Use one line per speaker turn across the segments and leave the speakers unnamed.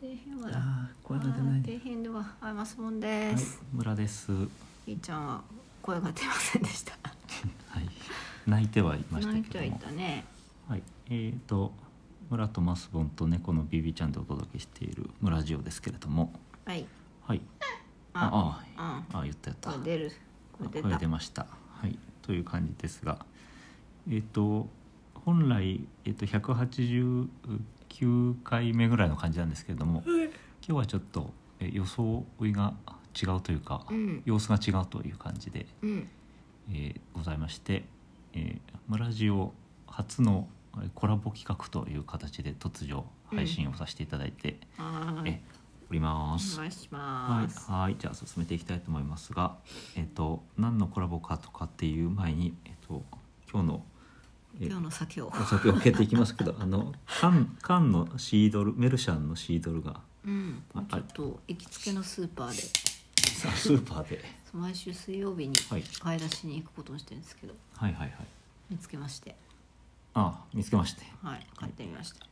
大変は
あー声が出ない、
大変ではあいますもんで
はい
す、、、
村です。はい
いちゃんは声が出ませんで した
い、泣いてはいました
泣い
け
ては
ど
い
も。
たね
はい、えっ、と村とマスボンと猫のビビちゃんでお届けしている村ジオですけれども、
はい
はい、
あ
あああ言ったやった。
声出る声出
あ
た
声出ました。はい、という感じですが、えっ、と本来えっ、と189回目ぐらいの感じなんですけれども、
うん
今日はちょっと、え予想が違うというか、
うん
様子が違うという感じで。
うん
えーございまして、えー、ムラジオ初のえーコラボ企画という形で突如配信をさせていただいて、
はーい
えおりま
お
す。
願いし
は
ま
い、
す
はいじゃあ進めていきたいと思いますが、えっ、と何のコラボかとかっていう前に、えっ、と今日の、えー
今日の酒を
お酒を開けていきますけど、 あの缶缶のシードルメルシャンのシード ルが
うん
あ
ちょっと行きつけのスーパーで
さスーパーで、
毎週水曜日に
はい、
買い出しに行くことにしてるんですけど
はいはいはい
見つけまして
あ見つけまして
はい買ってみました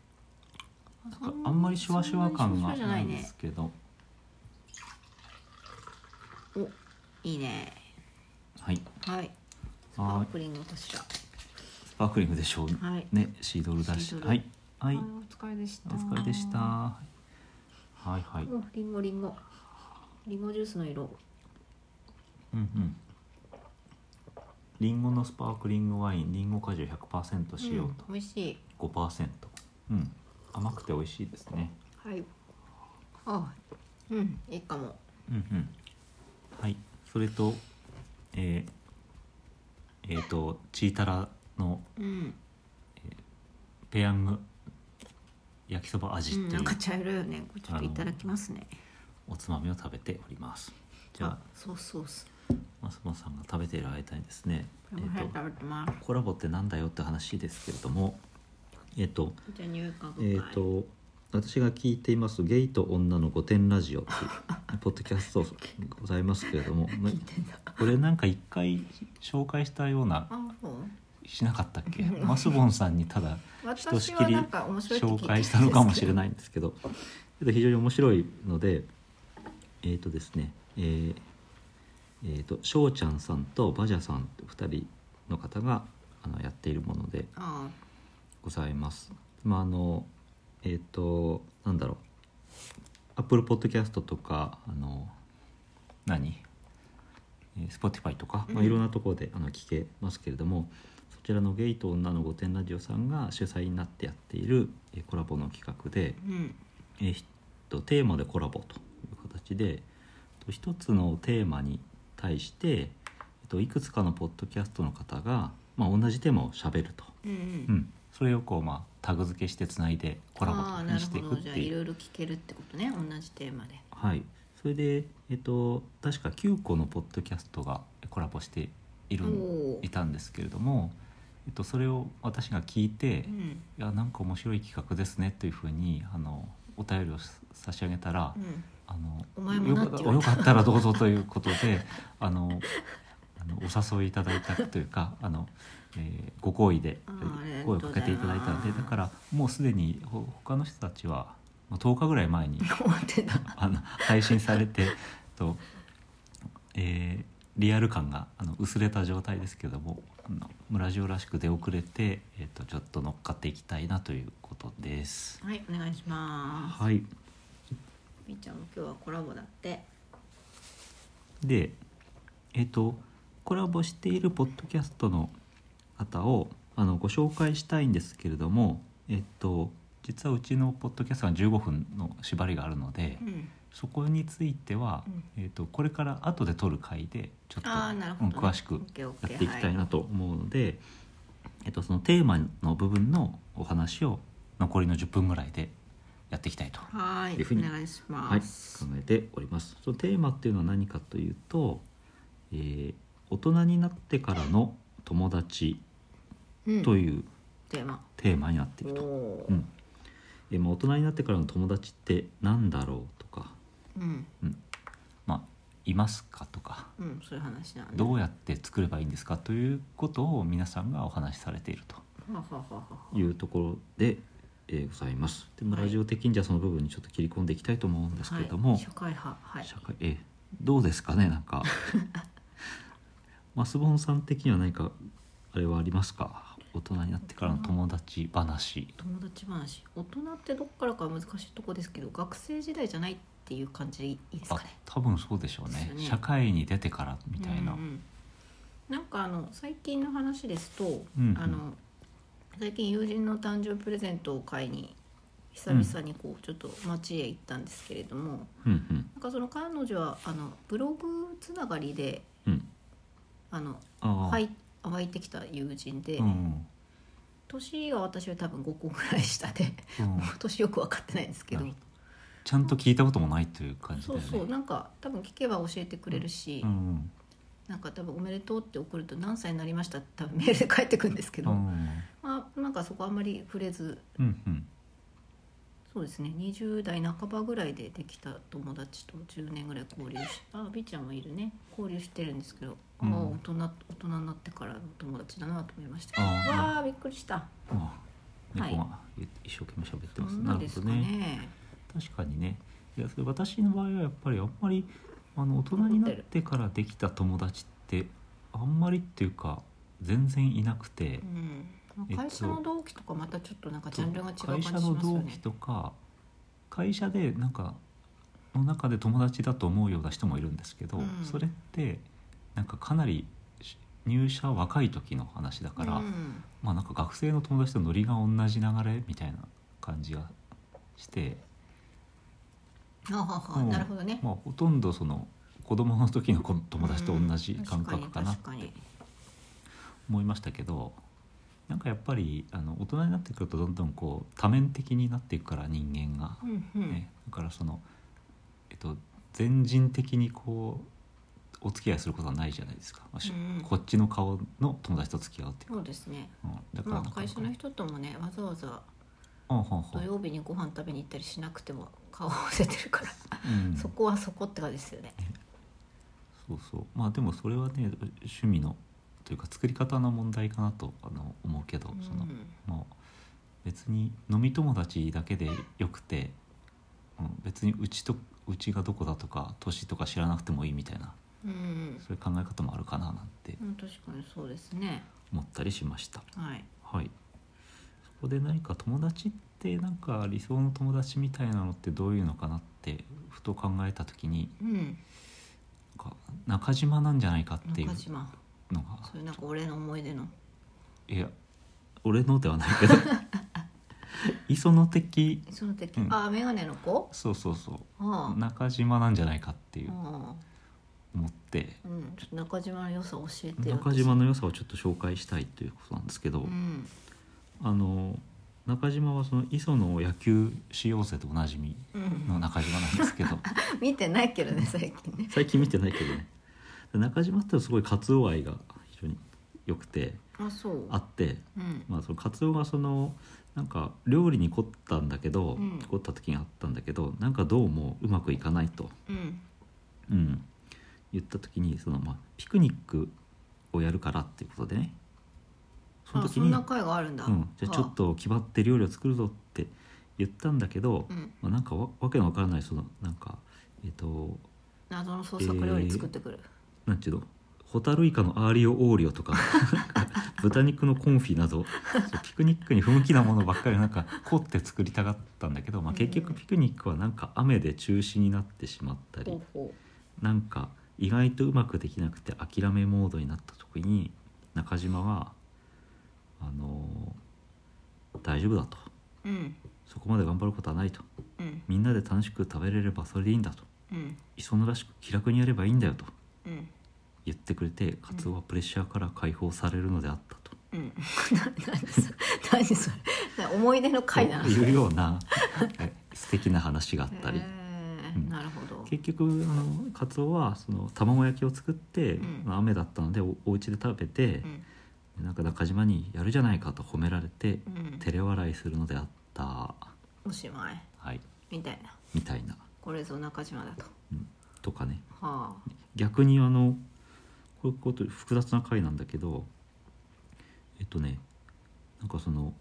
なんかあんまりシュワシュワ感が
そんなにシュワシュワじゃな
ないいんで
ね
すけど、
おいいね
はい
はいスパー
はい
クリングかしら
スパークリングでしょう
はい
ね、シードルだし
シードル
はいはい
あーお疲れでし
お
た
疲れでしたはいはい
おリンゴリンゴリンゴジュースの色
うんうんリンゴのスパークリングワインリンゴ果汁100%使用と
うん、美味しい
5%うん甘くて美味しいですね
はいあうんいいかも
うんうんはいそれとえー、えー、とチータラの
うん、
ペヤング焼きそば味
う
っ
ん、
てい
な
うん
か茶色いよねこれちょっといただきますね
おつまみを食べておりますじゃあ
そうそうそう
マスボンさんが食べている間にですね、
こ
え
れも早
ー、
く
と
食べてます、
コラボってなんだよって話ですけれどもえっ、と
じゃあ入荷後
えっ、と私が聞いています「ゲイと女の御殿ラジオ」って いうポッドキャストございますけれどもま
聞いてんだ
これなんか一回紹介したような
あそう
しなかったっ けマスボンさんにただひと
私
し
は
きり
なんか面白いって聞い
紹
て
介したのかもしれ
い
ないんですけどちょっと非常に面白いのでえっ、とですねえーえーとしょうちゃんさんとバジャさんと2人の方があのやっているもので
あ
ございます。まああのえっ、となんだろうアップルポッドキャストとかあの何スポティファイとか、まあ、
うん
いろんなところで、あの聞けますけれどもそちらの「ゲイと女の御殿ラジオ」さんが主催になってやっているえーコラボの企画で、
うん
えーひとテーマでコラボという形でと一つのテーマに対して、えっといくつかのポッドキャストの方が、まあ、同じテーマをしゃべると
うんうん
うん、それをこうまあタグ付けしてつないでコラボと
あ
か
あ
に
なる
してい
ほ
く
ど
っ
じゃあ
て
い
いう
ろいろ聞けるってことね同じテーマで
はいそれでえっと確か9個のポッドキャストがコラボしている
お
い
ー
たんですけれども、えっと、それを私が聞いて
う、
い
ん
やなんか面白い企画ですねというふうにあのお便りを差し上げたら、
うん
あの
お前もなって言われ
よ
た
かよかったらどうぞということで あのあのお誘いいただいたというかあの、えーご好意で
あーありがとう
声
ご
を
ざいま
か
す
けていただいたのでだからもうすでにほ他の人たちはまあ10日ぐらい前に
終わってた
あの配信されて と、えーリアル感があの薄れた状態ですけどもあの村ジオらしく出遅れて、えー、とちょっと乗っかっていきたいなということです。
はいお願いします
はい、
みーちゃんも今日はコラボだって
でえっ、とコラボしているポッドキャストの方をあのご紹介したいんですけれどもえっ、と実はうちのポッドキャストは15分の縛りがあるので、
うん
そこについては、
う
えっとこれから後で撮る回でちょっと、
ああなるほど、ね、
うん詳しく
オッケーオッ
や
ケー
っていきたいなと思うので、えっとそのテーマの部分のお話を残りの10分ぐらいでやっていきたいと
はい
いうふうに
お願いし
はい、
ま
考
す、
えております。そのテーマっていうのは何かというと、えー大人になってからの友達
うん
という
テーマ
テーマになっていると。
おー
うんえーまあ、大人になってからの友達ってなんだろうとか、
うん
まあ、いますかとか、
うんそういう話なんだ
どうやって作ればいいんですかということを皆さんがお話しされていると
ははははは
いうところで、えーございますで、まあ
はい
ラジオ的にじゃあその部分にちょっと切り込んでいきたいと思うんですけれども、
はい、社会派はい
社会えーどうですかねな んかマスボンさん的には何かあれはありますか大人になってからの友達話
友達話大人ってどっからか難しいとこですけど学生時代じゃないっていう感じでいいです
あ
かね
多分そうでしょう
です
ね
よね
社会に出てからみたいな、
うんうんなんかあの最近の話ですと、
ん
あの最近友人の誕生日プレゼントを買いに久々にこうちょっと街へ行ったんですけれども、
うんうん
なんかその彼女はあのブログつながりで
うん
あの
ああ
はい湧いてきた友人で、
うん
年が私は多分5個ぐらい下で
うん
年よく分かってないんですけど
なるちゃんと聞いたこともないという感じだ
そ
よ
う
ね
そうなんか多分聞けば教えてくれるし、
うん
なんか多分「おめでとう」って送ると「何歳になりました」って多分メールで返ってくるんですけ
う
ど、
ん
まあ、なんかそこあんまり触れず
うんうん
そうですね20代半ばぐらいでできた友達と10年ぐらい交流しあビーちゃんもいるね交流してるんですけど、
うん
ああ大人大人になってからの友達だなと思いました
ああ
わあびっくりした
まあ
はい
猫が一生懸命喋ってます、
そん
な
な
る
んで
ほど
すか
ね
ね
確かにねいやそれ私の場合はやっぱりあんまりあの大人になってからできた友達ってあんまりっていうか全然いなくて
う、んまあ
えっと
会社の同期とかまたちょっとなんかジャンルが違う感
会
じし
社
ますよ
の同
ね
期とか会社でなんかの中で友達だと思うような人もいるんですけど、
うん
それってなんかかなりし入社若い時の話だから、
うん
まあなんか学生の友達とノリが同じ流れみたいな感じがして。
あはは
うん
なるほどね、
まあ、ほとんどその子供の時の子友達と同じ感覚かな
うん
っ
確かに
て
確
思いましたけどなんかやっぱりあの大人になってくるとどんどんこう多面的になっていくから人間が、
かにうんうん、
ね、だからその、えっと、全人的にこうお付き合いすることはないじゃないですか、まあし
うんうん
こっちの顔の友達と付き合うっていうか、
そうですね
うん、だから
ま
な
あ
んか
会社の人ともねわざわざ
うんうん
土
うん
曜日にご飯食べに行ったりしなくても顔を合わせてるから、
うん
そこはそこって感じですよね
そうそうまあでもそれはね趣味のというか作り方の問題かなとあの思うけど、その
うん
もう別に飲み友達だけでよくて、うん、別にうちとうちがどこだとか年とか知らなくてもいいみたいな
うん
そういう考え方もあるかななんて
うん、確かにそうですね
思ったりしました。
はい
はい、そこで何か友達ってなんか理想の友達みたいなのってどういうのかなってふと考えた時に
うん
なんか中島なんじゃないかっていう
中島
のが
それなんか俺の思い出の
いや俺のではないけど 磯野的
その時、
うん
ああ眼鏡の子
そうそうそう
ああ
中島なんじゃないかっていう
ああ
思って
うん、ちょっと中島の良さ教えてよ
中島の良さをちょっと紹介したいということなんですけど、
うん
あの中島はその磯野を野球しようぜとおなじみ
うん
の中島なんですけ ど
見てないけどね最近ね
最近見てないけどねで中島ってすごいカツオ愛が非常に良くて
あそう
あって、
うん
まあ、そのカツオがそのなんか料理に凝ったんだけど、
うん
凝った時があったんだけどなんかどうもうまくいかないと。
うん
うん、言った時にその、まあ、ピクニックをやるからっていうことでねその
あ
時
そ
に
んな会があるんだ、
うん、じゃあちょっと気張って料理を作るぞって言ったんだけど、
うん
まあ、なんかわわけのわからないそのなんかえっ、と
謎の創作料理作ってくる、
なんちゅうのホタルイカのアーリオオーリオと か豚肉のコンフィなどそうピクニックに不向きなものばっかりなんか凝って作りたかったんだけど、まあ、結局ピクニックはなんか雨で中止になってしまったり
ほうほ
なんか意外とうまくできなくて諦めモードになった時に中島は「あの大丈夫だ」と
ううん
「そこまで頑張ることはない」と
うん
「みんなで楽しく食べれればそれでいいんだ」と
うん
「磯野らしく気楽にやればいいんだよ」と
うん
言ってくれてカツオはプレッシャーから解放されるのであったと。
うん 何それ何それな思い出の会だな
というよ うなえ素敵な話があったり
へえ
うん
なるほど
結局あのカツオはその卵焼きを作って、
うん
まあ雨だったのでおお家で食べて
う、ん
なんか中島に「やるじゃないか」と褒められて
うん
照れ笑いするのであった、
おしまい
はい、
みたいな
みたいな、
これぞ中島だと
うんとかね
はあ
逆にあのこういうこと複雑な回なんだけどえっとねなんかその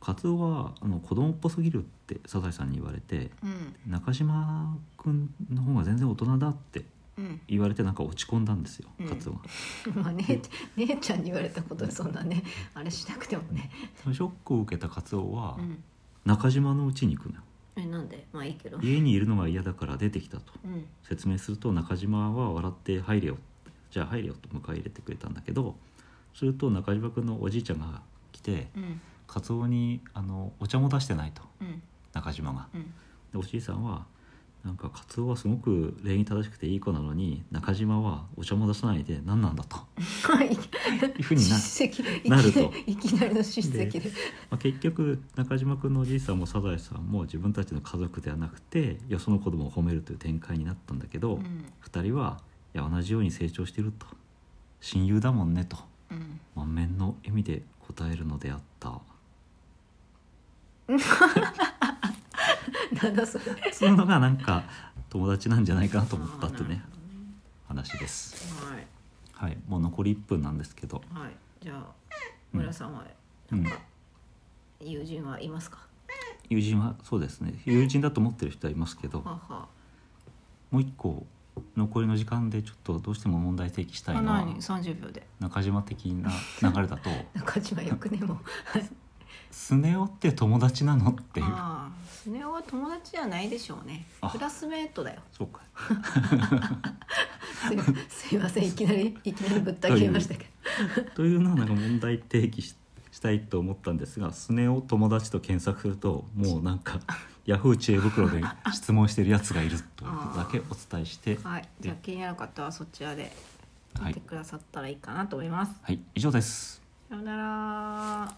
カツオはあの子供っぽすぎるってサザエさんに言われて
うん
中島君の方が全然大人だって
うん
言われてなんか落ち込んだんですよ
うん
カツオが。
まあ姉姉ちゃんに言われたことでそんなねあれしなくてもね、
そのショックを受けたカツオは
うん、
中島の家に行くのよ。
えなんでまあいいけど
家にいるのが嫌だから出てきたと
うん
説明すると中島は笑って入れよじゃあ入れよと迎え入れてくれたんだけどすると中島君のおじいちゃんが来て
うん
カツオにあのお茶も出してないと
うん
中島が。
うん
でおじいさんはなんかカツオはすごく礼儀正しくていい子なのに中島はお茶も出さないで何なんだと、ま
はい
いうふうに な
叱責いき
な
な
る
り
と
いきな りの叱責で
あ、結局中島君のおじいさんもサザエさんも自分たちの家族ではなくてよその子供を褒めるという展開になったんだけど、
うん
2人はいや同じように成長してると親友だもんねと
うん
満面の笑みで答えるのであった
なんだそれ
そういうのがなんか友達なんじゃないかなと思ったってね
あ
話です
ーなる
はいもう残り1分なんですけど、
ほどねはいはいじゃあ
うん
村さんは
うん、
友人はいますか、
友人はそうですね友人だと思ってる人はいますけど
はあは
もう一個残りの時間でちょっとどうしても問題提起した
あ
いのは
何30秒で
中島的な流れだと
中島よくねもう
「スネ夫って友達なの?」っていう
ああスネ夫は友達じゃないでしょうね
あ
クラスメートだよ
そうか
すいすいませんいきなりいきなりぶった切りましたけど
というのをなんか問題提起ししたいと思ったんですが「スネ夫友達」と検索するともうなんかヤフー知恵袋で質問してるやつがいるということだけお伝えして
はいじゃあ気になる方はそちらで
は
見
い
てくださったらいいかなと思います、
はい以上です。
さようなら